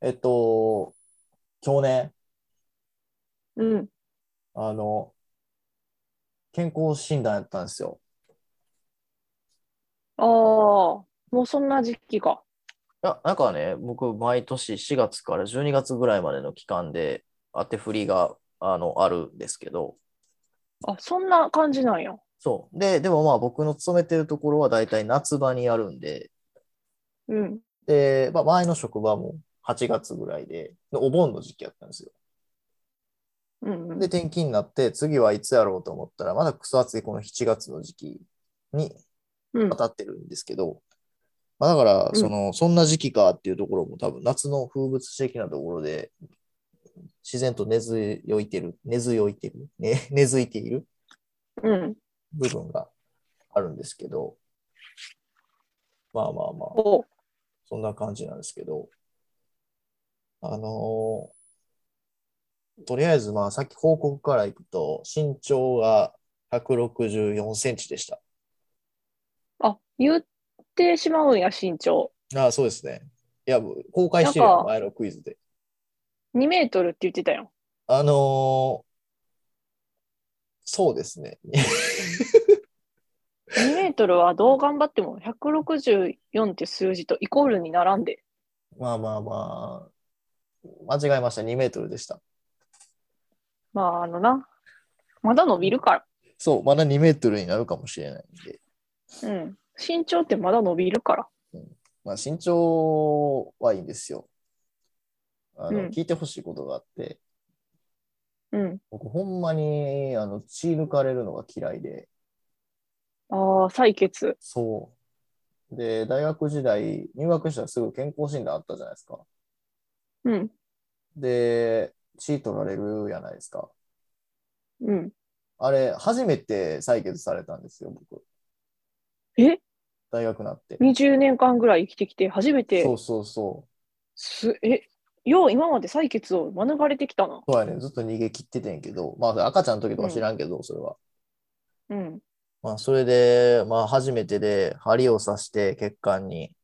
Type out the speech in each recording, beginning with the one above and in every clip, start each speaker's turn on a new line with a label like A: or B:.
A: えっと、去年、
B: うん。
A: あの、健康診断やったんですよ。
B: ああ、もうそんな時期か。
A: いや、なんかね、僕、毎年4月から12月ぐらいまでの期間で、当て振りが、あの、あるんですけど、
B: あ、そんな感じなんや。
A: そう。で、でもまあ、僕の勤めてるところは大体夏場にやるんで、
B: うん。
A: で、まあ、前の職場も8月ぐらいで、でお盆の時期やったんですよ。
B: うんうん
A: で、転勤になって、次はいつやろうと思ったら、まだクソ暑いこの7月の時期に
B: うん
A: 当。たってるんですけど、まあ、だから、
B: うん
A: その、そんな時期かっていうところも多分、夏の風物詩的なところで、自然と根強いてる、根強いてる、ね、 根付いている
B: うん。
A: 部分があるんですけど、まあまあまあ、
B: おう
A: そんな感じなんですけど、あのーとりあえず、まあ、さっき報告からいくと、身長が164センチでした。
B: あ、言ってしまうんや、身長。
A: ああ、そうですね。いや、もう公開してる
B: なん
A: よ、
B: か
A: 前のクイズで。
B: 2メートルって言ってたやん。
A: あのーそうですね。
B: 2メートルはどう頑張っても164って数字とイコールに並んで。
A: まあまあまあ、間違えました。2メートルでした。
B: まあ、あのな。まだ伸びるか
A: そう、まだ2メートルになるかもしれないんで。
B: ら。うん。身長ってまだ伸びるから。
A: まあ、身長はいいんですよ。あの、
B: うん
A: 聞いてほしいことがあって、
B: うん。
A: 僕、ほんまに、あの、血抜かれるのが嫌いで、
B: ああ、採血。
A: そう。で、大学時代、入学したらすぐ健康診断あったじゃないですか。
B: うん。
A: で、血取られるじゃないですか。
B: うん。
A: あれ、初めて採血されたんですよ、僕。
B: え
A: 大学になって。
B: 20年間ぐらい生きてきて初めて
A: そうそうそ
B: すえよう今まで採血を免れてきたな
A: う。そうやね、ずっと逃げ切っててんけど、まあ、赤ちゃんの時とか知らんけど、それは。
B: うん
A: まあ、それで、まあ、初めてで、針を刺して血管に、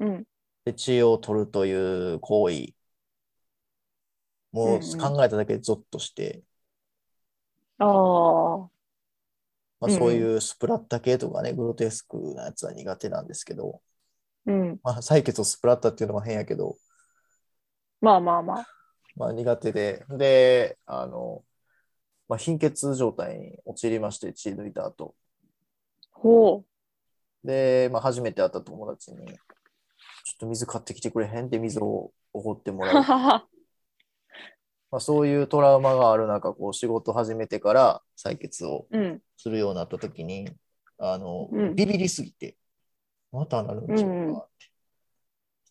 B: うん
A: で血を取るという行為。もう
B: うんうん
A: 考えただけでゾッとして、
B: ああ
A: ま
B: うん
A: あ、
B: うん
A: そういうスプラッタ系とかね、グロテスクなやつは苦手なんですけど、
B: うん
A: まあ、採血をスプラッタっていうのも変やけど、
B: まあまあまあ
A: まあ、苦手で、で、あの、まあ、貧血状態に陥りまして、血抜いた後。
B: ほ
A: で、まあ、初めて会った友達に、ちょっと水買ってきてくれへんって水をおごっても
B: う
A: らう。
B: は はは
A: まあ、そういうトラウマがある中、こう、仕事始めてから採血を
B: うん
A: するようになった時に、あの、
B: うん
A: ビビりすぎて、またなるんでしょうか、
B: うんうん
A: っ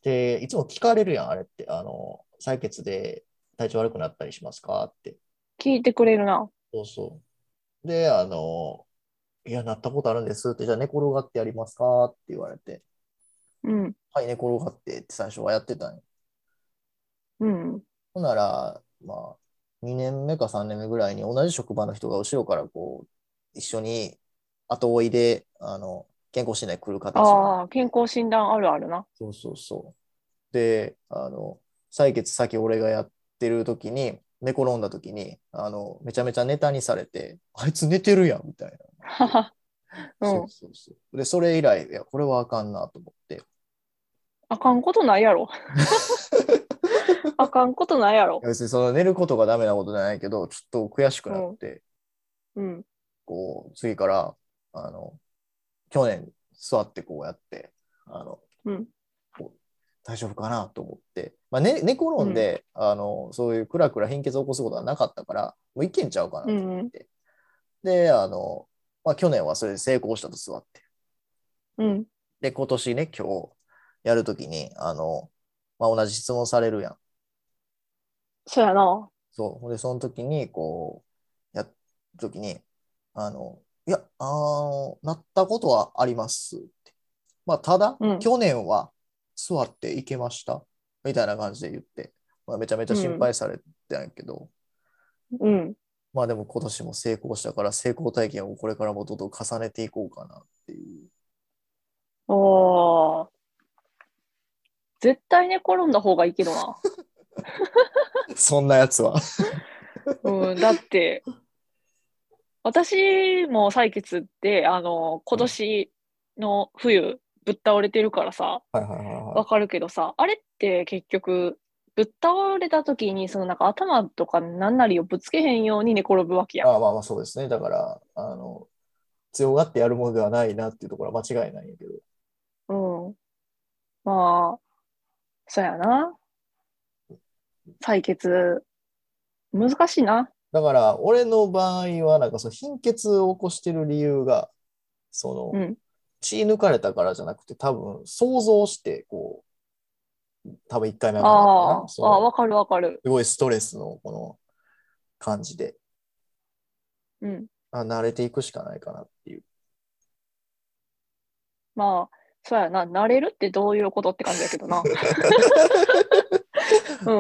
A: て。で、いつも聞かれるやん、あれって。あの、採血で体調悪くなったりしますかって。
B: 聞いてくれるな
A: そうそう。で、あの、いや、なったことあるんですって、じゃあ寝転がってやりますかって言われて、
B: うん
A: はい、寝転がってって最初はやってたんよ。
B: うん
A: ほんなら、まあ、2年目か3年目ぐらいに同じ職場の人が後ろからこう、一緒に後追いで、あの、健康診断に来る形
B: ああ健康診断あるあるな
A: そうそうそう。で、あの、採血先俺がやってる時に、寝転んだ時に、あの、めちゃめちゃネタにされて、あいつ寝てるやん、みたいな。
B: ははう
A: そ
B: ん
A: うそうそう。で、それ以来、いや、これはあかんなと思って。
B: あかんことないや ろあかんことないやろ
A: 別にその寝ることがダメなことじゃないけど、ちょっと悔しくなって、
B: うん
A: こう、次から、あの、去年座ってこうやって、あの、
B: うん
A: 大丈夫かなと思って、まあ、ね、寝転んで、あの、そういうクラクラ貧血を起こすことはなかったから、もういけんちゃうかな
B: う
A: と
B: んうん
A: で、あの、まあ、去年はそれで成功したと座って。
B: うん
A: で、今年ね、今日やるときに、あの、まあ、同じ質問されるやん。
B: そうやな
A: そう。ほんで、その時に、こう、やっ時に、あの、いや、あの、なったことはありますって。まあ、ただ、
B: うん
A: 去年は座っていけました。みたいな感じで言って、まあ、めちゃめちゃ心配されてたんやけど、
B: うん
A: まあでも今年も成功したから、成功体験をこれからもどんどん重ねていこうかなっていう。
B: ああ絶対寝転んだ方がいいけどな。
A: そんなやつは。
B: うん、だって、私も採血って、あの、今年の冬、ぶっ倒れてるからさ、
A: はいはいはいは
B: わかるけどさ、あれって結局、ぶっ倒れた時に、そのなんか頭とか何なりをぶつけへんように寝転ぶわけ
A: い。
B: やん。
A: ああまあまあそうですね。だから、あの、強がってやるものではないなっていうところは間違いないんやけど。
B: うん。まあ、そうやな。採血、難しいな。
A: だから、俺の場合は、なんかその貧血を起こしてる理由が、その、
B: うん。
A: 血抜かれたからじゃなくて、多分想像して、こう、多分1回目
B: あ
A: はな
B: あ
A: んかな
B: ー、
A: その
B: ああ、わかるわかる。
A: すごいストレスのこの感じで、
B: うん。
A: あ、慣れていくしかないかなっていう。
B: まあ、そうやな。慣れるってどういうことって感じだけどな。うん。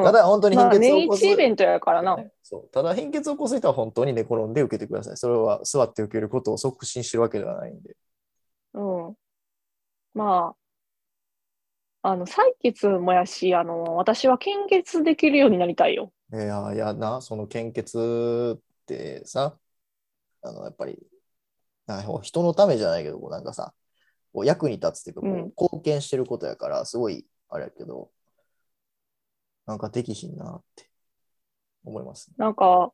A: ただ、本当に
B: ま
A: 貧
B: あ、
A: 血を
B: 年
A: 起こす、
B: 一イベントやからな。
A: そうただ貧血を起こす人は本当に寝転んで受けてください。それは座って受けることを促進してるわけではないんで。
B: うん。まあ、あの、採血もやし、あの、私は献血できるようになりたいよ。
A: いや、いやな、その献血ってさ、あの、やっぱり、なんか人のためじゃないけど、こうなんかさ、こう役に立つっていうか、こう
B: うん
A: 貢献してることやから、すごい、あれやけど、なんかできひんなって思いますね。
B: なんか、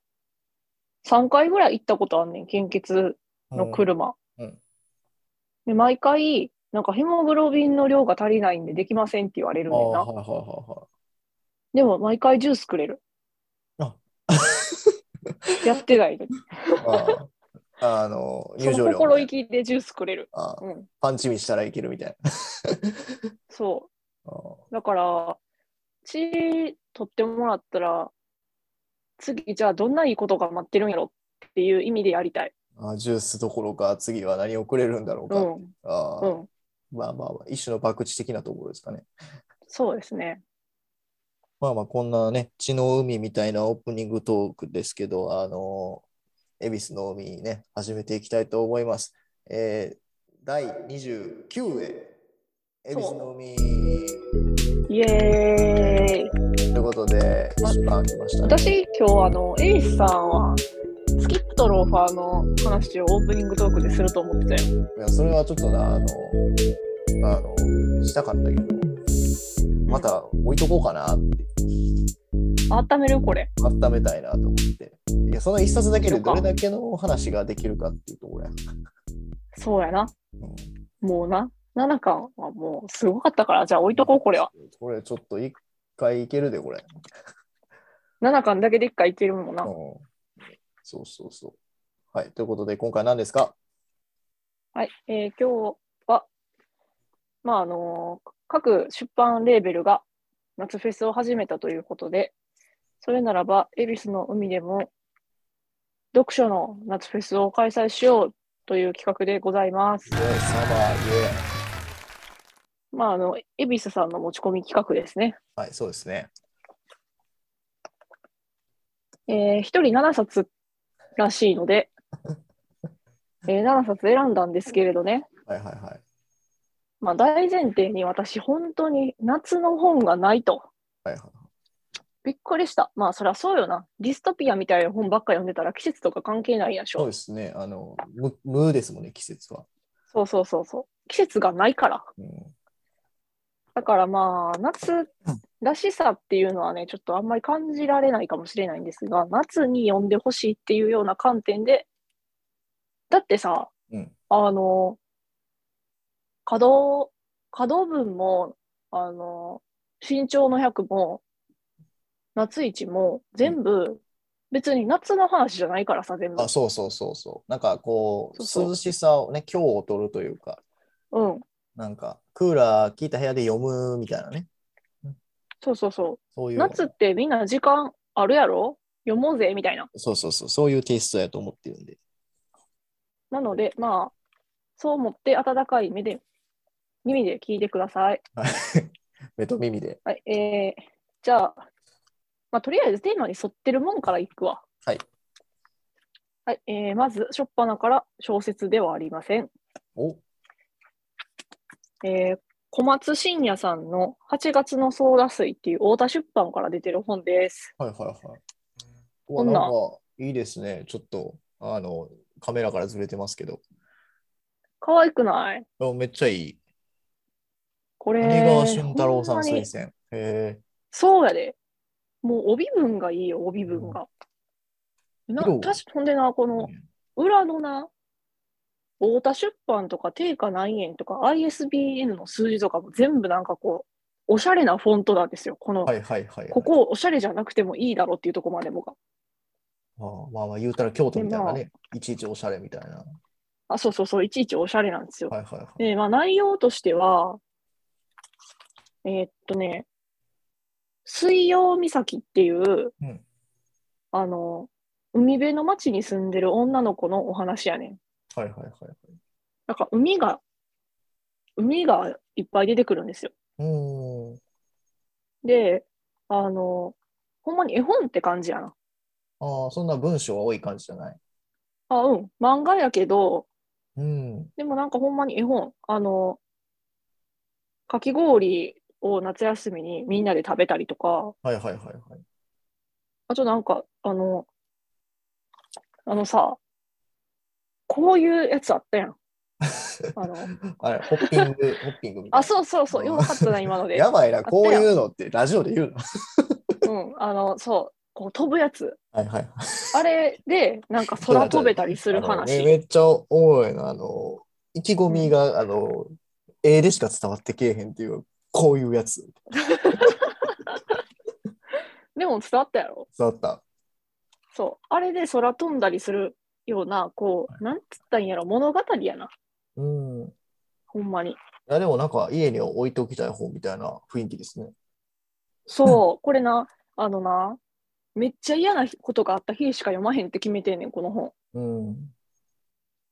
B: 3回ぐらい行ったことあんねん、献血の車。
A: うんうん
B: で、毎回、なんかヘモグロビンの量が足りないんでできませんって言われる
A: あ
B: ねん
A: あ
B: な。
A: はいはいは
B: でも毎回ジュースくれる
A: あ。
B: やってないのに。
A: いはい。まあ、あ の、
B: そ
A: 入場
B: の
A: 料
B: 心意気でジュースくれる。
A: ああ
B: うん。
A: パンチミしたらいけるみたいな。
B: そ
A: ああ
B: う。だから、血取ってもらったら、次、じゃあどんないいことが待ってるんやろっていう意味でやりたい。
A: あジュースどころか次は何をくれるんだろう
B: う
A: か、
B: ん。
A: あ
B: う
A: ー
B: ん。
A: まあまあまあ一種の博打的なところですかね
B: そうですね。
A: まあまあこんなね血の海みたいなオープニングトークですけどあの恵比寿の海にね始めていきたいと思いますえー、第29位恵比寿の海
B: イエーイ。
A: ということで
B: あ
A: 一番来ましたね
B: 私今日あのエイスさんはスキップとローファーの話をオープニングトークですると思ってたよ。
A: いやそれはちょっとなあのあのしたかったけどまた置いとこうかなって
B: 温めるこれ。
A: 温めたいなと思って。いや、その一冊だけでどれだけの話ができるかっていうところや。
B: そうやな。
A: うん
B: もうな。7巻はもうすごかったから、じゃあ置いとこう、これは。。
A: これちょっと一回いけるで、これ。
B: 7巻だけでっかいけるもん
A: う
B: な。
A: んそうそうそう。はい。ということで、今回何ですか
B: はい。えー今日は、まああの各出版レーベルが夏フェスを始めたということで、それならば、恵比寿の海でも読書の夏フェスを開催しようという企画でございます
A: イエ。ーイサマー、イエーイ
B: まあ、あの、恵比寿さんの持ち込み企画ですね。
A: はい、そうですね。
B: えー、1人7冊らしいので、 えー7冊選んだんですけれどね、
A: はいはいはい。
B: まあ、大前提に私、本当に夏の本がないと。
A: はいはい
B: びっくりした。まあ、そりゃそうよな。ディストピアみたいな本ばっか読んでたら季節とか関係ないやし
A: そう
B: ょ。
A: ですね。あの、無無ですもんね、季節は。
B: そうそうそうそう。季節がないから。
A: うん、
B: だからまあ、夏らしさっていうのはね、ちょっとあんまり感じられないかもしれないんですが、夏に読んでほしいっていうような観点で、だってさ、
A: うん
B: あの、可動、可動文も、あの、身長の100も、夏一も、全部、別に夏の話じゃないからさ、全部
A: あ、。そうそうそうそう。なんかこう、
B: そうそう
A: 涼しさをね、今日を取るというか、
B: うん。
A: なんか、クーラー効いた部屋で読むみたいなね。
B: そうそうそ
A: そう
B: う。
A: いう。
B: 夏ってみんな時間あるやろ読もうぜ、みたいな。
A: そうそうそう、そういうテイストやと思ってるんで。
B: なので、まあ、そう思って温かい目で、耳で聞いてください。
A: はい 目と耳で。
B: はい、えー、じゃあ、まあ、とりあえずテーマに沿ってるもんからいくわ。
A: はい。
B: はい、えー、まず、初っ端から小説ではありません。
A: お
B: えー、小松信也さんの8月のソーダ水っていう太田出版から出てる本です。
A: はいはいはい。う
B: こ
A: わ
B: んな
A: なんかいいですね。ちょっと、あの、カメラからずれてますけど。
B: 可愛くない
A: あめっちゃいい。
B: これ。
A: 谷川俊太郎さん
B: ほま
A: 推
B: に
A: 薦。へえ。
B: そうやで。もう帯分がいいよ、帯分が。な、
A: 色
B: 確
A: を
B: かほんでな、この裏のな、太田出版とか定価何円とか ISBN の数字とかも全部なんかこう、おしゃれなフォントなんですよ。この、
A: はいはいはいはい。
B: ここおしゃれじゃなくてもいいだろうっていうところまでもが。
A: ああまあまあ言うたら京都みたいな
B: で
A: ね。いちいちおしゃれみたいな。
B: あ、そうそうそう、いちいちおしゃれなんですよ。
A: はいはいはい。
B: で、まあ内容としては、えーっとね、水曜岬っていう、
A: うん
B: あの、海辺の町に住んでる女の子のお話やねん。
A: はいはいはいはい。
B: なんか海が、海がいっぱい出てくるんですよ。
A: うーん。
B: で、あの、ほんまに絵本って感じやな。
A: ああ、そんな文章は多い感じじゃない。
B: あ、うん、漫画やけど、
A: うん。
B: でもなんかほんまに絵本、あの、かき氷を夏休みにみんなで食べたりとか、
A: はいはいはいはい。
B: あとなんか、あの、あのさ、こういうやつあったや ん。あの、
A: あれ、ホッピング、ホッピングみたいな。
B: あ、そうそうそう、よかったな、今ので。
A: やばいな、
B: た
A: こういうのってラジオで言うの。
B: うん、あの、そう、こう飛ぶやつ。
A: はいはい。
B: あれで、なんか空飛べたりする
A: あのね
B: 話。
A: めっちゃおもろいな、あの、意気込みが、あの、絵でしか伝わってけえへんっていう、こういうやつ。
B: でも伝わったやろ。
A: 伝わった。
B: そう、あれで空飛んだりするような、こう、なんつったんやろ、物語やな、
A: うん。い
B: ほ んまに。
A: や、でもなんか家に置いておきたい方みたいな雰囲気ですね。
B: そう、これな、あのな、めっちゃ嫌なことがあった日しか読まへんって決めてんねん、この本。
A: うん。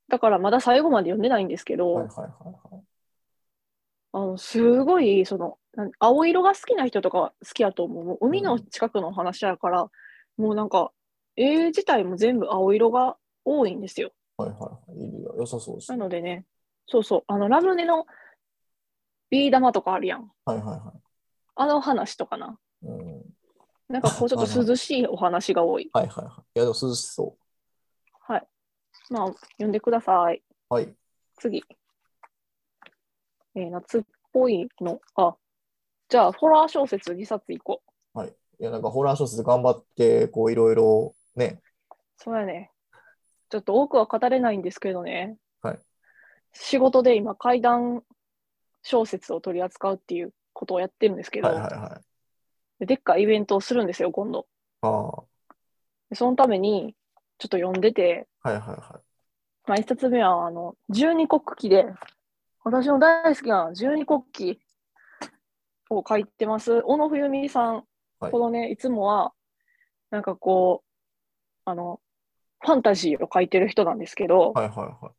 B: だからまだ最後まで読んでないんですけど、
A: はいはいはいはい。
B: あのすごいそのなん青色が好きな人とかは好きやと思うもう海の近くのお話やから、もうなんか絵自体も全部青色が多いんですよ
A: はいはいはい。いいよ良さそうです。は
B: な
A: い
B: のでねそうそうあのラムネのビー玉とかあるやん
A: はいは。
B: あの話とかない
A: うん。はい
B: なんかこうちょっと涼しいお話が多い
A: はいはい。いや、でも涼しそ。
B: はいまあ読んでくださいう
A: はい。
B: 次、えー夏っぽいのあじゃあホラー小説2冊いこう
A: いや、なんかホラー小説頑張って、こういろいろね。
B: そうやね。ちょっと多くは語れないんですけどね。
A: はい
B: 仕事で今、怪談小説を取り扱うっていうことをやってるんですけど、
A: はいはいはい。
B: ででっかいイベントをするんですよ、今度。
A: ああ。は
B: でそのために、ちょっと読んでて、
A: いはいは
B: まあ、一冊目は、あの、十二国旗で、私の大好きな十二国旗を書いてます、小野冬美さん。
A: はい
B: このね、いつもは、なんかこう、あの、ファンタジーを書いてる人なんですけど、
A: い。はいはいは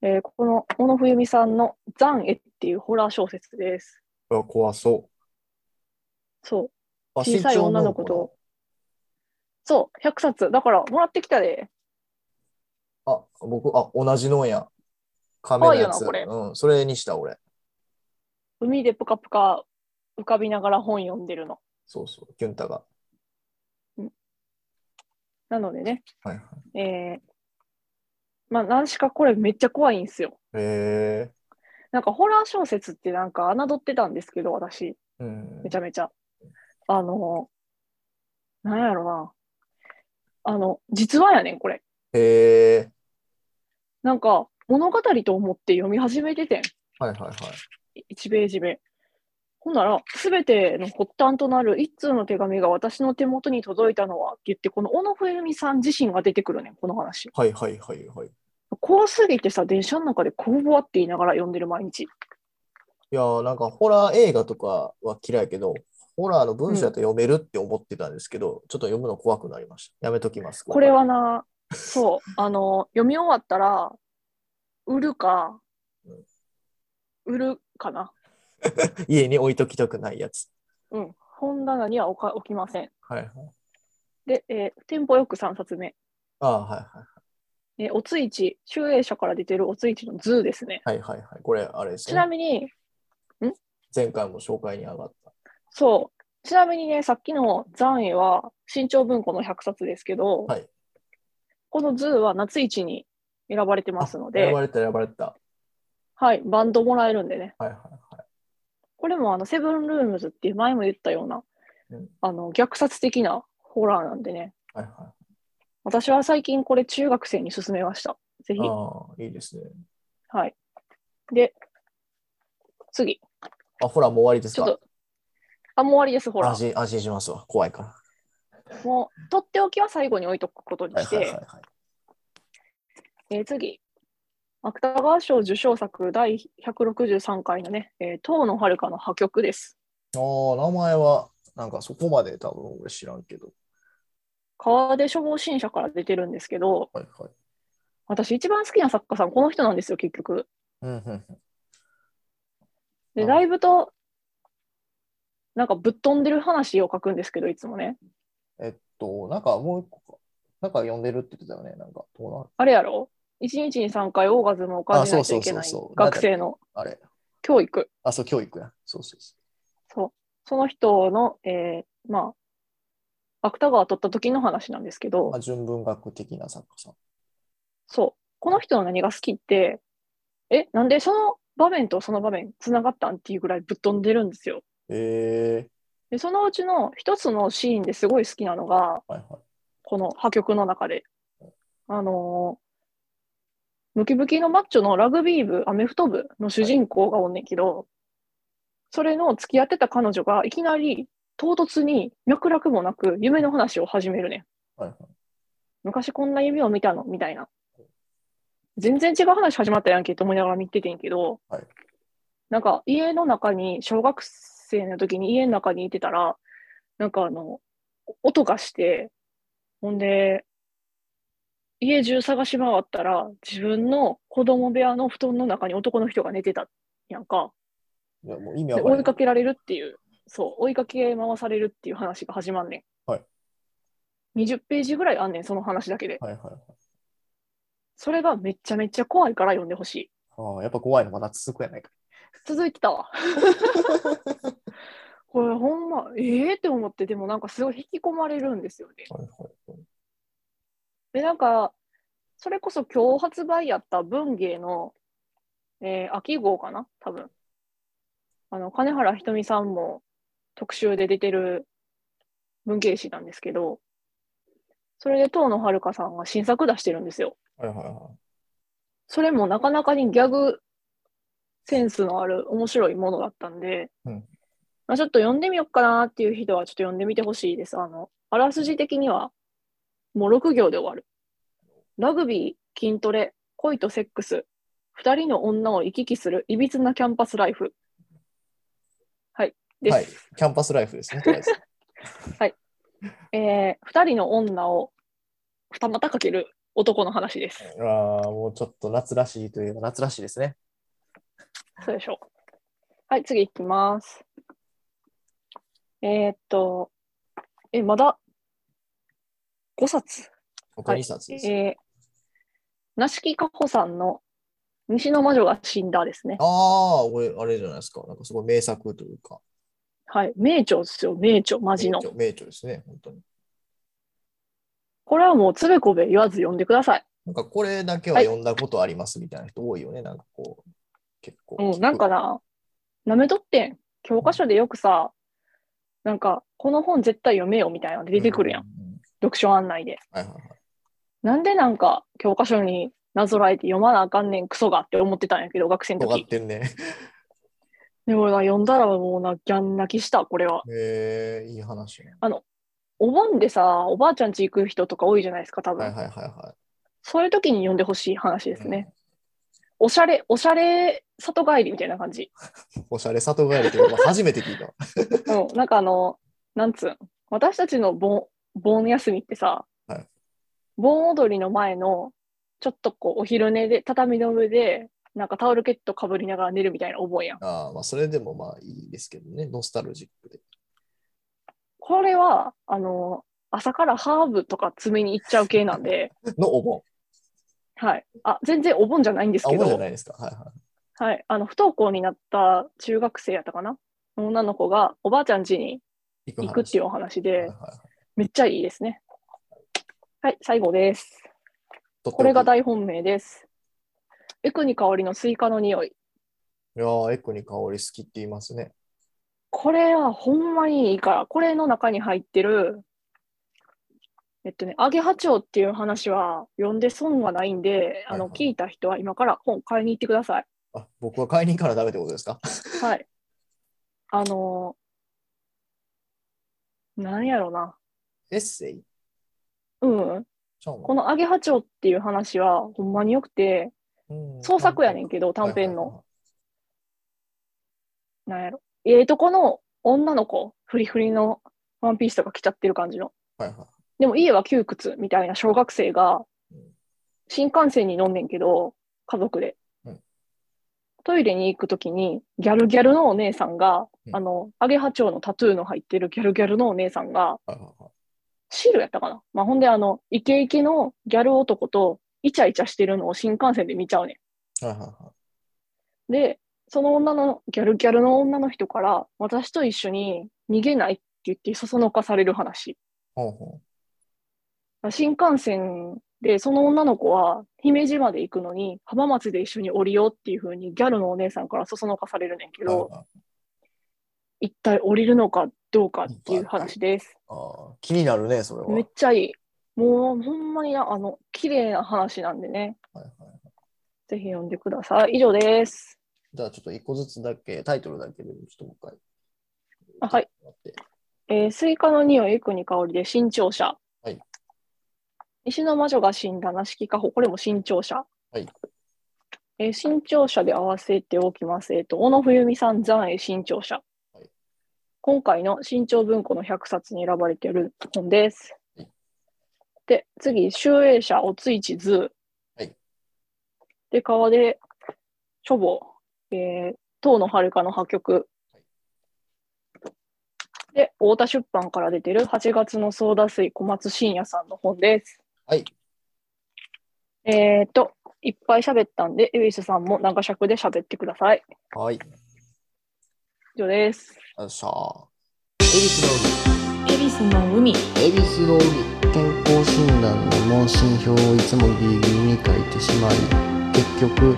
A: い。
B: えーこの小野冬美さんの「残絵」っていうホラー小説です。
A: うわ怖そう。
B: そう。
A: あ
B: 小さい女の子と。そう、100冊。だから、もらってきたで。
A: あ、僕、あ、同じのや。カメラやつ。
B: 可愛いよな
A: うん、それにした、俺。
B: 海でぷかぷか浮かびながら本読んでるの。
A: そうそう、キュンタが。
B: なのでね、
A: はいはい。
B: えー、まあ、何しかこれめっちゃ怖いんですよ。
A: へえ。
B: なんか、ホラー小説ってなんか侮ってたんですけど、私、
A: うん
B: め。ちゃめちゃ。あのー、なんやろな。あの、実話やねん、これ。
A: へえ。
B: なんか、物語と思って読み始めててん。
A: はいはいはい。
B: 1ページ目。ほんなら、すべての発端となる一通の手紙が私の手元に届いたのはって言って、この小野冬美さん自身が出てくるねん、この話。
A: はいはいはいはい。い
B: 怖すぎてさ、電車の中でこうぼわって言いながら読んでる毎日。
A: やー、なんかホラー映画とかは嫌いやけど、ホラーの文章だと読めるって思ってたんですけど、ちょっと読むの怖くなりました。やめときます。
B: これ。は な、そう、あの、読み終わったら、売るか
A: うん、
B: 売るかな。
A: 家に置いときたくないやつ。
B: うん。本棚には置か置きません。
A: はいはい。
B: で、えーテンポよく3冊目。
A: ああ、はいはい。
B: えーおついち、集英社から出てるおついちの図ですね。
A: はいはいはい。これ、あれです
B: ち
A: ね
B: な。みに、ん
A: 前回も紹介に上がった。
B: そう。ちなみにね、さっきの残影は新潮文庫の100冊ですけど、
A: はい
B: この図は夏市に選ばれてますの
A: 選
B: で
A: ば、れた、選ばれた。
B: はい、バンドもらえるんでね。
A: はいはいは
B: これもあの、セブンルームズっていう前も言ったような、
A: うん
B: あの、虐殺的なホラーなんでね。
A: い。はいは
B: 私は最近これ中学生に勧めました。ぜひ。
A: い、ああ、いいですね。
B: はい。で、次。
A: あ、ほら、もう終わりです
B: ちょっ
A: か
B: と、あ、もう終わりです、ほら
A: 安。心安心しますわ。怖いから。
B: もう、とっておきは最後に置いとくことに
A: はい
B: し
A: はいはい
B: て、
A: はい。
B: えー次。芥川賞受賞作第163回のね、えー、遠野遥の破局です。
A: ああ、名前は、なんかそこまで多分俺知らんけど。
B: 川出処方新社から出てるんですけど、
A: はいはい。
B: 私一番好きな作家さん、この人なんですよ、結局。
A: うんうんうん。
B: で、
A: あ
B: ライブと、なんかぶっ飛んでる話を書くんですけど、いつもね。
A: えっと、なんかもう一個か。なんか読んでるって言ってたよね。なんか、どうな
B: あれやろ一日に3回オーガズムを感じないといけ
A: あ
B: ない
A: そうそうそうそう
B: 学生の
A: あれ。
B: 教育。
A: あ、そう、教育や。そうそうそ
B: そう。その人の、えーまあ、芥川を取った時の話なんですけ
A: う。ま
B: ど
A: あ、、純文学的な作家さん。
B: そう。この人の何が好きって、え、なんでその場面とその場面つながったんっていうぐらいぶっ飛んでるんですよ。
A: ええ
B: で、そのうちの一つのシーンですごい好きなのが、
A: はいはい。
B: この破局の中で。あのームキムキのマッチョのラグビー部、アメフト部の主人公がおんねんけど、それの付き合ってた彼女がいきなり唐突に脈絡もなく夢の話を始めるねん。
A: はいはい。
B: 昔こんな夢を見たのみたいな。全然違う話始まったやんけと思いながら見ててんけど、
A: はい
B: なんか家の中に、小学生の時に家の中にいてたら、なんかあの、音がして、ほんで、家中探し回ったら、自分の子供部屋の布団の中に男の人が寝てたやんか。
A: いや、もう意味
B: で
A: わか
B: 追
A: ん
B: い
A: な
B: か
A: い。
B: けられるっていう、そう、追いかけ回されるっていう話が始まんねん。
A: はい
B: 20ページぐらいあんねん、その話だけで。
A: はいはいはい。
B: それがめちゃめちゃ怖いから読んでほしい。
A: ああ、やっぱ怖いのまだ続くやないか。
B: 続いて たわ。これほんま、ええって思って、でもなんかすごい引き込まれるんですよね。
A: はいはい。
B: で、なんか、それこそ今日発売やった文芸の、えー秋号かな多分。あの、金原ひとみさんも特集で出てる文芸誌なんですけど、それで遠野遥さんが新作出してるんですよ。
A: はいはいはい。
B: それもなかなかにギャグセンスのある面白いものだったんで、
A: うん
B: まあ、ちょっと読んでみようかなっていう人はちょっと読んでみてほしいです。あの、あらすじ的にはもう6行で終わる。ラグビー、筋トレ、恋とセックス、二人の女を行き来するいびつなキャンパスライフ。はい。です。
A: はい。キャンパスライフですね、とりあえず。
B: えー、2人の女を二股かける男の話です。
A: ああ、もうちょっと夏らしいといえば夏らしいですね。
B: そうでしょう。はい、次いきます。えーっと、え、まだ5冊。
A: 他2冊
B: え
A: です。
B: ー、梨木かほさんの西の魔女が死んだですね。
A: ああ、これ、あれじゃないですか。なんかすごい名作というか。
B: はい、名著ですよ、名著、マジ
A: 名
B: の。
A: 著名著ですね、本当に。
B: これはもうつべこべ言わず読んでください。
A: なんかこれだけは
B: はい
A: 読んだことありますみたいな人多いよね、なんかこう、結構。
B: うん、なんかな、なめとってん。教科書でよくさ、なんか、この本絶対読めよみたいなの出てくるやん、
A: うう
B: 読書案内で。
A: うん。はいはいはい。
B: なんでなんか教科書になぞらえて読まなあかんねんクソがって思ってたんやけど学生の
A: 尖っ
B: 時
A: てるね。
B: でもな読んだらもうなギャン泣きしたこれは
A: へえいい話ね。
B: お盆でさおばあちゃん家行く人とか多いじゃないですか多分、
A: はいはいはいは
B: そういう時に読んでほしい話ですね、
A: うん
B: おしゃれおしゃれ里帰りみたいな感じ、
A: い。おしゃれ里帰りというか、初めて聞いた。
B: うん、なんかあのなんつうん私たちの盆盆休みってさ、
A: はい
B: 盆踊りの前のちょっとこうお昼寝で畳の上でなんかタオルケットかぶりながら寝るみたいなお盆やん
A: ああ、まあそれでもまあいいですけどね、ノスタルジックで。
B: これは、あの、朝からハーブとか詰めに行っちゃう系なん で、
A: のお盆。
B: はい。あ、全然お盆じゃないんです
A: あ、お
B: け
A: 盆じゃ
B: ど
A: な、いですか。はいはい。
B: はい。あの、不登校になった中学生やったかな女の子がおばあちゃん家に
A: 行
B: 行くっていうお話
A: はい
B: で
A: はい、はい
B: めっちゃいいですね。はい、最後です。
A: とっておき
B: これが大本命です。エクに香りのスイカの匂い。
A: いやーエクに香り好きって言いますね。
B: これはほんまにいいから、これの中に入ってる、えっとね、アゲハチョウっていう話は読んで損はないんで、あ
A: は
B: の、
A: いはい
B: 聞いた人は今から本買いに行ってください。
A: あ、僕は買いに行かなダメってことですか
B: はい。あのーなんやろな。
A: エッセイ
B: うん。
A: ちゃうの
B: このアゲハチョウっていう話はほんまによくて、
A: うん
B: 創作やねんけど、短
A: はい
B: 編
A: はい
B: の。
A: はい
B: なんやろ。ええとこの女の子、フリフリのワンピースとか着ちゃってる感じの。
A: はいはい。
B: でも家は窮屈みたいな小学生が
A: うん
B: 新幹線に乗んねんけど、家族で
A: うん。
B: トイレに行くときに、ギャルギャルのお姉さんが
A: う、ん
B: あの、アゲハチョウのタトゥーの入ってるギャルギャルのお姉さんが、
A: はいはいはい
B: シールやったかなまあ、ほんで、あの、イケイケのギャル男とイチャイチャしてるのを新幹線で見ちゃうね
A: はいはいはい
B: ん。で、その女の、ギャルギャルの女の人から、私と一緒に逃げないって言って、そそのかされる話。
A: ほうほ
B: 新幹線でその女の子は姫路まで行くのに浜松で一緒に降りようっていう風にギャルのお姉さんからそそのかされるねんけ
A: うはい
B: ど、
A: はい
B: 一体降りるのかどうかっていう話です。
A: あー気になるね、それは。
B: めっちゃいい。もうほんまになあの綺麗な話なんでね、
A: はいはい
B: ぜひ読んでください。以上です。
A: じゃあちょっと一個ずつだけ、タイトルだけで、ちょっともう一
B: あ
A: 回。
B: はい。
A: 待って。
B: えースイカの匂い、エクに香りで新潮社。
A: はい
B: 石の魔女が死んだなしきかほ、これも新潮社。
A: はい
B: えー新潮社で合わせておきます。えっ、と、小野冬美さん、残影新潮社。
A: はい
B: 今回の新潮文庫の100冊に選ばれている本です。
A: はい
B: で、次、集英社、おついち図。
A: はい
B: で、川出書房、えー、遠野遥の破局。で、太田出版から出てる8月のソーダ水小松信也さんの本です。
A: はい。
B: えっ、と、いっぱい喋ったんで、エビスさんも長尺で喋ってください。
A: はい。
B: 以上です。
A: よっしゃー。恵比寿
C: 恵比寿の海
A: の海。恵比寿の海。健康診断の問診票をいつもギリギリに書いてしまい、結局、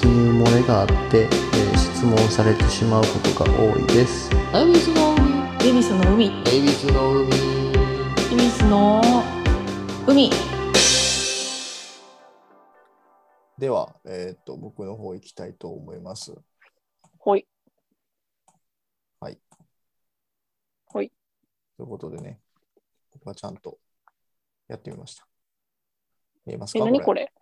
A: 記入漏れがあって、えー質問されてしまうことが多いです。恵比寿の海。
C: 恵比寿の海恵
A: 恵比寿の海。
C: 比寿の海
A: では、えーっと、僕の方行きたいと思います。
B: ほい。
A: ということでね、僕はちゃんとやってみました。見えます
B: え、
A: か
B: 何こ
A: れ
B: れ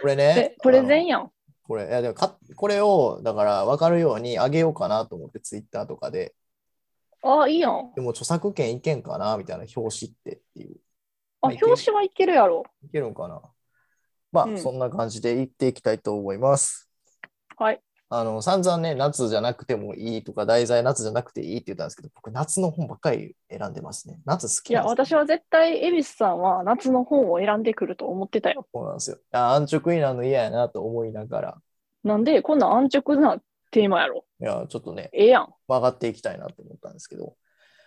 A: これね
B: え、、プレゼンやん。
A: これ、いやでもかこれを、だから分かるようにあげようかなと思って、ツイッターとかで、
B: あ、いいやん。
A: でも著作権いけんかなみたいな表紙ってっていう。
B: あ、
A: いける
B: 表紙はいけるやろ。
A: いけるんかなまあ、
B: うん
A: そんな感じでいっていきたいと思います。
B: はい。
A: あの、散々ね、夏じゃなくてもいいとか、題材夏じゃなくていいって言ったんですけど、僕、夏の本ばっかり選んでますね。夏好
B: い
A: きな
B: や、
A: んですよ
B: 私は絶対、エビスさんは夏の本を選んでくると思ってたよ。
A: そうなんですよ。あ安直になるの嫌やなと思いながら、
B: なんで、こんなん安直なテーマやろ。
A: いや、ちょっとね、
B: ええやん。
A: 曲がっていきたいなと思ったんですけど、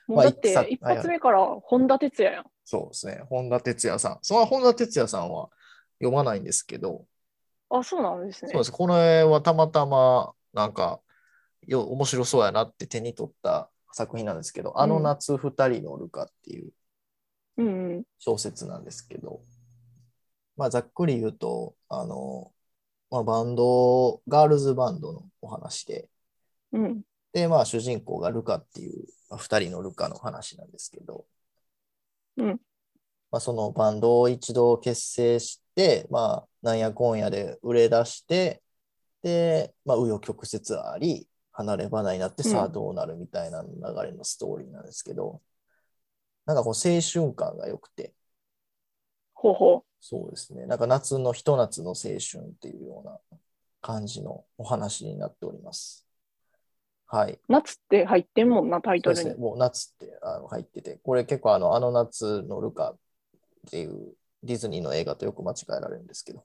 B: も
A: ま
B: う
A: あ
B: だっ
A: 一冊
B: て、一
A: はいはい
B: 発目から本田哲也やん。
A: そうですね、本田哲也さん。その本田哲也さんは読まないんですけど、
B: あ、そうなんです
A: そう
B: ね
A: で。す、これはたまたま、なんか、よ面白そうやなって手に取った作品なんですけど、あの夏二人乗るかっていう
B: うんうん。
A: 小説なんですけど、まあ、ざっくり言うと、あの、まあ、バンド、ガールズバンドのお話で、
B: うん。
A: で、まあ、主人公がルカっていう、まあ、2人のルカの話なんですけど、
B: うん
A: まあ、そのバンドを一度結成して、まあ、なんやこんやで売れ出して、で、まあ、紆余曲折あり、離れ離れになって、
B: うん
A: さあどうなるみたいな流れのストーリーなんですけど、なんかこう、青春感が良くて、
B: ほうほう。
A: そうですね、なんか夏のひと夏の青春っていうような感じのお話になっております。はい。
B: 夏って入ってんもんな、タイ
A: そ
B: ト
A: うで
B: ル
A: す
B: に。
A: ね、もう夏ってあの入ってて、これ結構あの、あの夏のルカっていうディズニーの映画とよく間違えられるんですけど、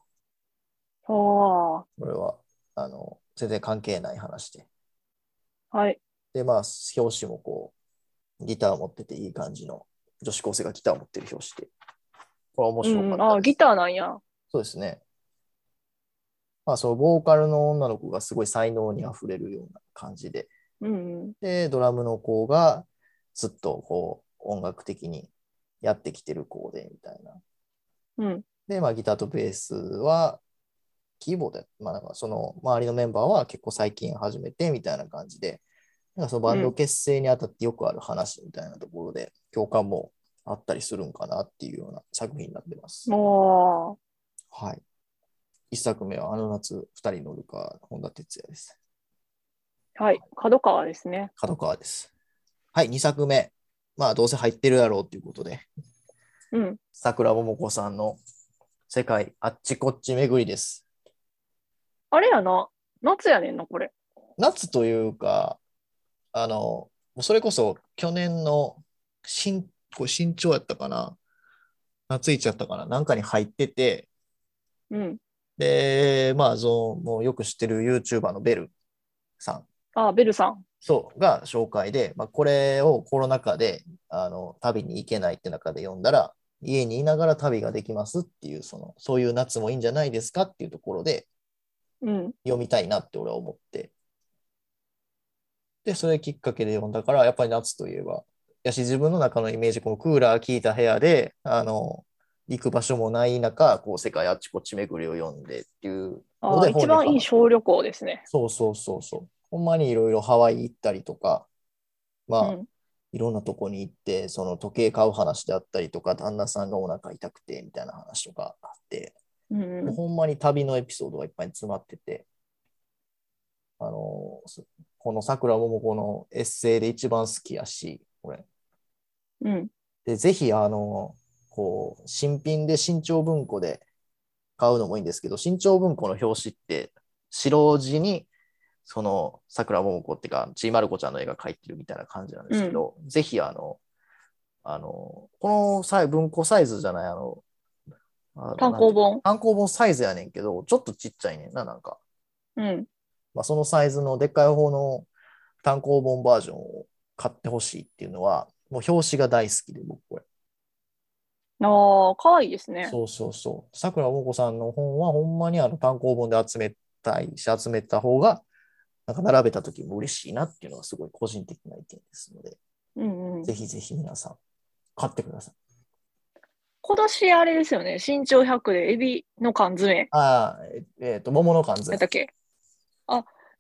B: ああ、
A: これはあの全然関係ない話で、
B: はい。
A: で、まあ、表紙もこう、ギターを持ってていい感じの、女子高生がギターを持ってる表紙で。これは面
B: う
A: 白
B: ん
A: か
B: う
A: っ
B: ん、
A: た
B: あ
A: で
B: あ、
A: す
B: ギターなんや。
A: そうですね。まあ、そのボーカルの女の子がすごい才能にあふれるような感じで、
B: うんうん。
A: で、ドラムの子がずっとこう音楽的にやってきてる子でみたいな。
B: うん。
A: で、まあ、ギターとベースはキーボードや、まあ、なんかその周りのメンバーは結構最近始めてみたいな感じで、なんかそのバンド結成にあたってよくある話みたいなところで、共感もあったりするんかなっていうような作品になってます。
B: も
A: はい。一作目はあの夏二人乗るか、本田哲也です。
B: う、はい。角川ですね。
A: 角川です。はい、二作目。まあ、どうせ入ってるだろうということで、
B: うん。
A: 桜桃子さんの世界あっちこっち巡りです。
B: あれやな。夏やねんな、これ。
A: 夏というか、あの、もうそれこそ去年の新、これ新潮やったかな夏いちゃったかななんかに入ってて、
B: うん。
A: で、まあ、そのもうよく知ってる YouTuber のベルさん
B: ああ、ベルさん。
A: そうが紹介で、まあ、これをコロナ禍であの旅に行けないって中で読んだら、家にいながら旅ができますっていう、そのそういう夏もいいんじゃないですかっていうところで
B: うん。
A: 読みたいなって俺は思って。で、それきっかけで読んだから、やっぱり夏といえば。やし、自分の中のイメージ、このクーラー効いた部屋で、あの、行く場所もない中、こう世界あっちこっち巡りを読んでっていう
B: ああ、一番いい小旅行ですね。
A: そうそうそうそう。ほんまにいろいろハワイ行ったりとか、まあ、
B: うん。
A: いろんなとこに行って、その時計買う話であったりとか、旦那さんがお腹痛くてみたいな話とかあって、
B: うん
A: もう
B: う
A: ほんまに旅のエピソードがいっぱい詰まってて、あの、そこの桜桃子のエッセイで一番好きやし、これ。
B: ん。うん。
A: で、ぜひ、あの、こう、新品で新潮文庫で買うのもいいんですけど、新潮文庫の表紙って、白地に、その、桜桃子っていうか、ちいまる子ちゃんの絵が描いてるみたいな感じなんですけど、ぜひ、あの、あの、このさい文庫サイズじゃない、あの、あの
B: 単行。
A: なんて
B: 本。
A: 単行本サイズやねんけど、ちょっとちっちゃいねんな、なんか。
B: うん。
A: まあ、そのサイズのでっかい方の単行本バージョンを買ってほしいっていうのは、もう表紙が大好きで、僕これ。
B: ああ、可愛いですね。
A: そうそうそう。さくらもこさんの本は、ほんまにあの単行本で集めたいし、集めた方が、なんか並べた時も嬉しいなっていうのがすごい個人的な意見ですので、
B: うんうん
A: ぜ。ひぜひ皆さん、買ってください。
B: 今年あれですよね。身長100でエビの缶詰。
A: ああ、ええーと、桃の缶
B: や
A: 詰
B: ったっ。け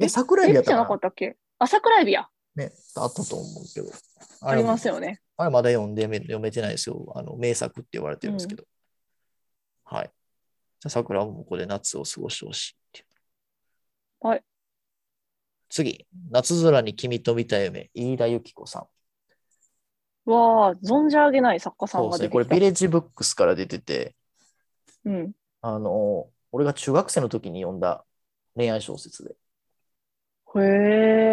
A: え、桜
B: エ
A: えびやっ
B: ビじ
A: た
B: ゃ
A: かな
B: なかったっけあ、桜エビや。
A: ね、あったと思うけど。あ
B: あ
A: れ
B: りますよね。
A: あれまだ読んでめ読めてないですよ。あの、名作って言われてるんですけど。はい。じゃあ、桜もここで夏を過ごしてほしいっていう
B: はい。
A: 次、夏空に君と見た夢、飯田由紀子さん。
B: わあ、存じ上げない作家さ
A: そ
B: ん
A: うですね。
B: が出て
A: これ、
B: きた。
A: ビレッジブックスから出てて、
B: うん。
A: あの、俺が中学生の時に読んだ恋愛小説で。
B: へ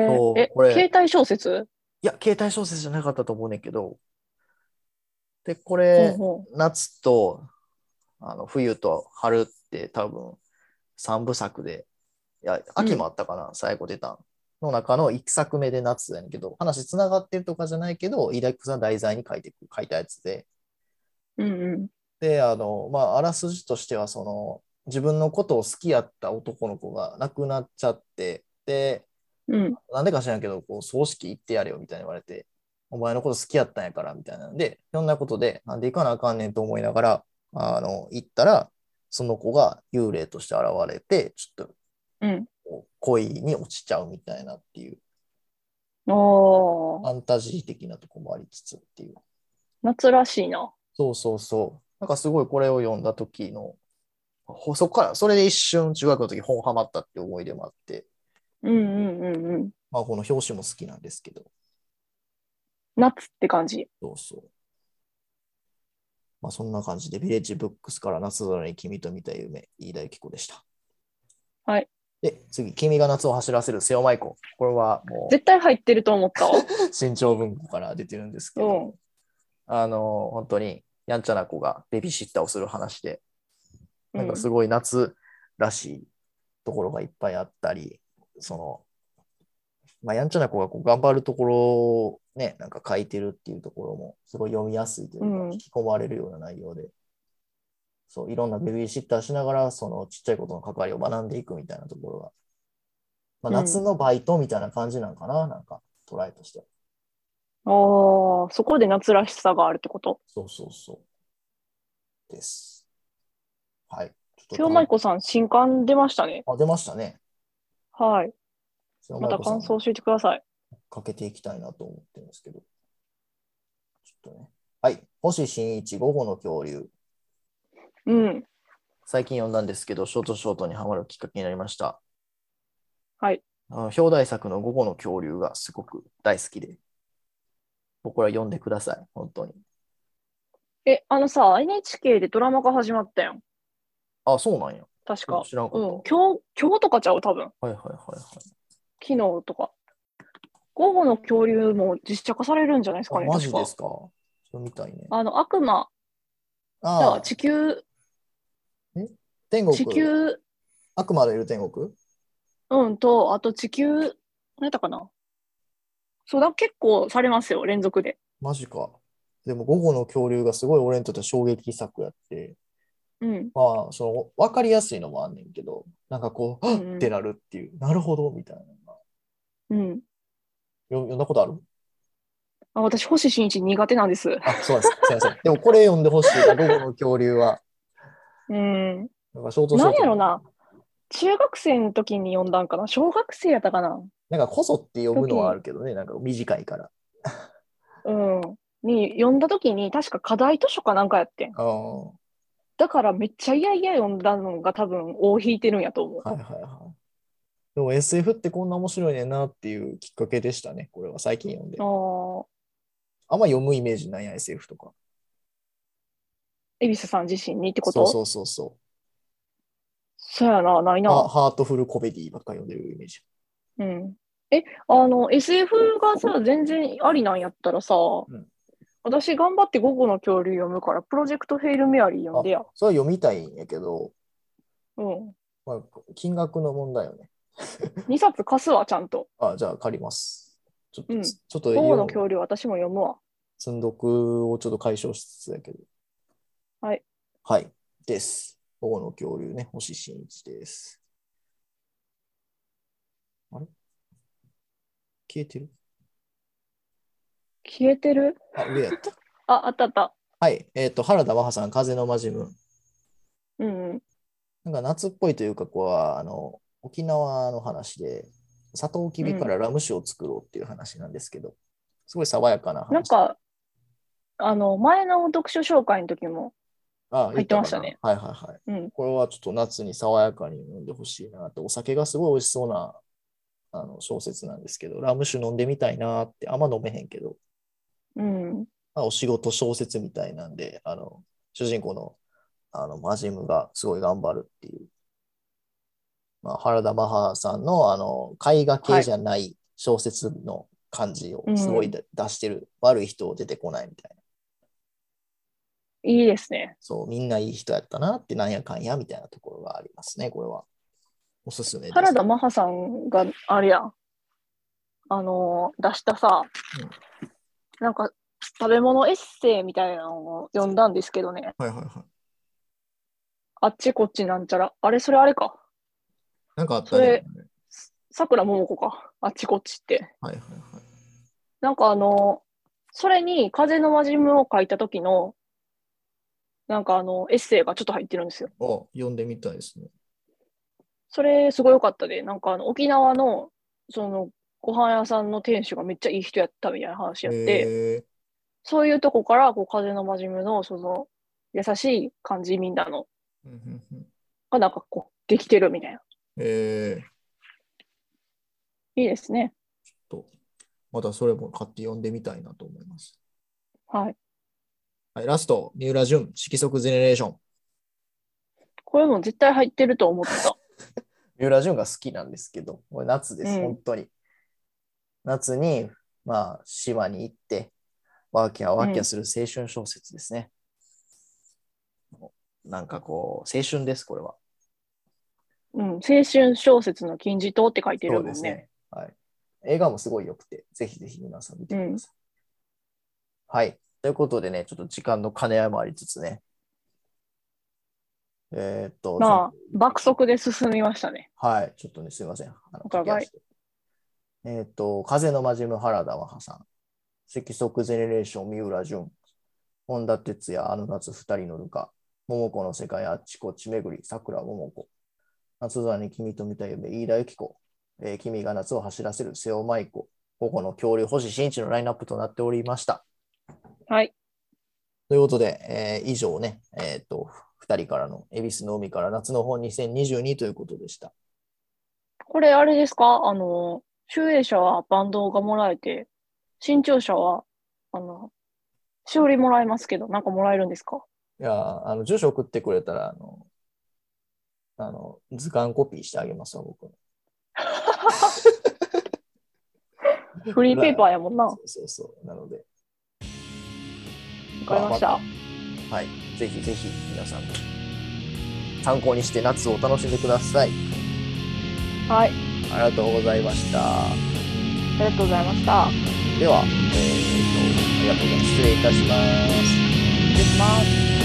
A: そう
B: え。え
A: これ、
B: 携帯小説
A: いや、携帯小説じゃなかったと思うねんけど。で、こ
B: ほう
A: れ、
B: ほ
A: 夏とあの冬と春って多分3部作で、いや、秋もあったかな、最後出たんの中の1作目で夏やねんけど、話つながってるとかじゃないけど、飯田さん題材に書いて書いたやつで、
B: う。うんうん。
A: で、あの、まあ、あらすじとしては、その、自分のことを好きやった男の子が亡くなっちゃって、で、
B: うん。
A: なんでか知らんけど、こう葬式行ってやれよみたいに言われて、お前のこと好きやったんやからみたいなんで、いろんなことで、なんで行かなあかんねんと思いながら、あの、行ったら、その子が幽霊として現れて、ちょっと
B: うん。
A: こう恋に落ちちゃうみたいなっていう、フ
B: あ
A: ァ
B: あ、
A: ンタジー的なとこもありつつっていう。
B: 夏らしいな。
A: そうそうそう。なんかすごいこれを読んだ時の、ほそこから、それで一瞬中学の時本ハマったって思い出もあって、
B: うんうんうんうん。
A: まあこの表紙も好きなんですけど、
B: 夏って感じ。
A: そうそう。まあそんな感じで、ビレッジブックスから夏空に君と見た夢、飯田由紀子でした。
B: はい。
A: で、次、君が夏を走らせる瀬尾舞子。これはもう、
B: 絶対入ってると思 ったわ。
A: 新潮文庫から出てるんですけど、あの、本当に、やんちゃな子がベビーシッターをする話で、
B: う
A: なんんかすごい夏らしいところがいっぱいあったり、その、まあ、やんちゃな子がこう頑張るところをね、なんか書いてるっていうところも、すごい読みやすいというか、
B: うん
A: 引き込まれるような内容で、そう、いろんなベビーシッターしながら、そのちっちゃい子との関わりを学んでいくみたいなところが、まあ、
B: うん
A: 夏のバイトみたいな感じなんかな、なんか、トライとしては。
B: あーそこで夏らしさがあるってこと
A: そうそうそう。です。はい。ちょっと
B: 千代舞子さん、新刊出ましたね。
A: あ、出ましたね。
B: はい。
A: 千代
B: また
A: 舞子さん
B: 感想教えてください。
A: かけていきたいなと思ってるんですけど。ちょっとね。はい。星新一、午後の恐竜。
B: うん。
A: 最近読んだんですけど、ショートショートにハマるきっかけになりました。
B: はい。
A: あの表題作の午後の恐竜がすごく大好きで、僕ら読んでください、本当に。
B: え、あのさ、NHK でドラマが始まったやん。
A: あ、そうなんや。
B: 確か。
A: 知らんか
B: う
A: っ
B: ん
A: た。。
B: 今日、今日とかちゃう、多分。
A: はいはいはいはい。
B: 昨日とか。午後の恐竜も実写化されるんじゃないですか
A: あ
B: ね。
A: マジ
B: 確
A: で
B: か
A: すか。そうみたいね。
B: あの、悪魔
A: あ
B: が地球、
A: 天国。
B: 地球、
A: 悪魔のいる天国
B: うんと、あと地球、何やったかな。そうだ、結構されますよ、連続で。
A: マジか。でも午後の恐竜がすごい俺にとっては衝撃作やって、
B: うん。
A: まあ、その分かりやすいのもあんねんけど、なんかこう、は
B: う
A: っ
B: ん
A: ってなるっていう、なるほどみたいなのが。
B: うん。
A: よ読んだことある
B: あ私、星新一苦手なんです。
A: あ、そうなんです。すいません。でもこれ読んでほしいな、午後の恐竜は。
B: うん。
A: なんかショートショー
B: なん
A: ト。
B: やろな。中学生の時に読んだんかな小学生やったかな
A: なんかこそって読むのはあるけどね、なんか短いから。
B: うん。に読んだ時に確か課題図書かなんかやってん。
A: ああ、は
B: だからめっちゃいやいや読んだのが多分尾を引いてるんやと思う。
A: いはいはい。でも SF ってこんな面白いねんなっていうきっかけでしたね、これは最近読んで。
B: ああ、
A: あんま読むイメージないや、SF とか。
B: 恵比寿さん自身にってこと
A: そう
B: う
A: そうそうそう。
B: やな、ない
A: あ
B: な。
A: ハートフルコメディばっかり読んでるイメージ。
B: うん。え、あの、SF がさ、全然ありなんやったらさ、
A: ん
B: 私頑張って午後の恐竜読むから、プロジェクトヘイルメアリー読んでや。
A: それは読みたいんやけど、
B: うん。
A: まあ、金額の問題よね。
B: 2冊貸すわ、ちゃんと。
A: あ、じゃあ借ります。ちょっと、
B: うん
A: ちょっと
B: 午後の
A: 読む
B: 恐竜私も読むわ。
A: 積読をちょっと解消しつつやけど。
B: はい。
A: はい。です。午後の恐竜ね、星新一です。あれ消えてる
B: 消えてる
A: あ、上や った。
B: あ、あったあった。
A: はい。えっ、と、原田真帆さん、風のマジムーン。
B: うんうん。
A: なんか夏っぽいというか、こうあの沖縄の話で、サトウキビからラム酒を作ろうっていう話なんですけど、すごい爽やかな話。
B: なんか、あの、前の読書紹介の時も、
A: あ
B: 入ってましたね。
A: 言かなはいはいはい。
B: うん。
A: これはちょっと夏に爽やかに飲んでほしいなって、お酒がすごい美味しそうなあの小説なんですけど、ラム酒飲んでみたいなって、あんま飲めへんけど、
B: うん。
A: まあ、お仕事小説みたいなんで、あの主人公のあのマジムがすごい頑張るっていう、まあ、原田マハさんのあの絵画系じゃない小説の感じをすごいだ出してる、悪い人出てこないみたいな、
B: いいですね。
A: そう、みんないい人やったなってなんやかんやみたいなところがありますね、これは。おすすめです。
B: 原田マハさんが、あれやん、あのー、出したさ、
A: うん
B: なんか、食べ物エッセイみたいなのを読んだんですけどね。
A: はいはいはい。
B: あっちこっちなんちゃら。あれ、それあれか。
A: なんかあったね。
B: すさくらももこか。あっちこっちって。
A: はいはいはい。
B: なんかあの、それに風のマジムを書いた時の、なんかあの、エッセイがちょっと入ってるんですよ。
A: お読んでみたいですね。
B: それすごい良かったで、なんかあの沖縄のそのご飯屋さんの店主がめっちゃいい人やったみたいな話やって、
A: へ
B: そういうとこからこう風の真面目のその優しい感じみんなの
A: ーうんうんうん
B: がなんかこうできてるみたいな。
A: へー
B: いいですね。
A: と、またそれも買って読んでみたいなと思います。
B: はい。
A: はい、ラスト、三浦淳、色即ゼネレーション。
B: これも絶対入ってると思ってた。
A: 三浦淳が好きなんですけど、これ夏です、
B: うん
A: 本当に。夏に、まあ、島に行って、ワーキャーワーキャーする青春小説ですね。なんかこう、青春です、これは。
B: うん。青春小説の金字塔って書いてるもん
A: そうです
B: ね。
A: ね。はい。映画もすごい良くて、ぜひぜひ皆さん見てください。はい。ということでね、ちょっと時間の兼ね合いもありつつね。えーっと、
B: まあ
A: ちょっ、
B: 爆速で進みましたね。
A: とはい、ちょっとね、すいません。あの
B: お互い
A: 駆け足でえーっと、風のまじむ原田和葉さん、赤足ゼネレーション三浦淳、本田哲也、あの夏二人のルカ、桃子の世界あっちこっち巡り、桜桃子、夏空に君と見た夢、飯田由紀子、えー君が夏を走らせる瀬尾舞子、午後の恐竜星新一のラインナップとなっておりました。
B: はい。
A: ということで、えー以上ね、えーと、2人からの、恵比寿の海から夏の本2022ということでした。
B: これ、あれですかあの、集英者はバンドがもらえて、新潮社は、あの、しおりもらえますけど、なんかもらえるんですか
A: いやー、あの、住所送ってくれたら、あの、あの図鑑コピーしてあげますわ、僕。
B: フリーペーパーやもんな。わ
A: そうそうそう。なので、
B: かりました。
A: はい。ぜひぜひ皆さんも参考にして夏を楽しんでください。
B: はい。
A: ありがとうございました。
B: ありがとうございました。
A: では、えーと、ありがとうございます。失礼いたします。
B: 失礼します。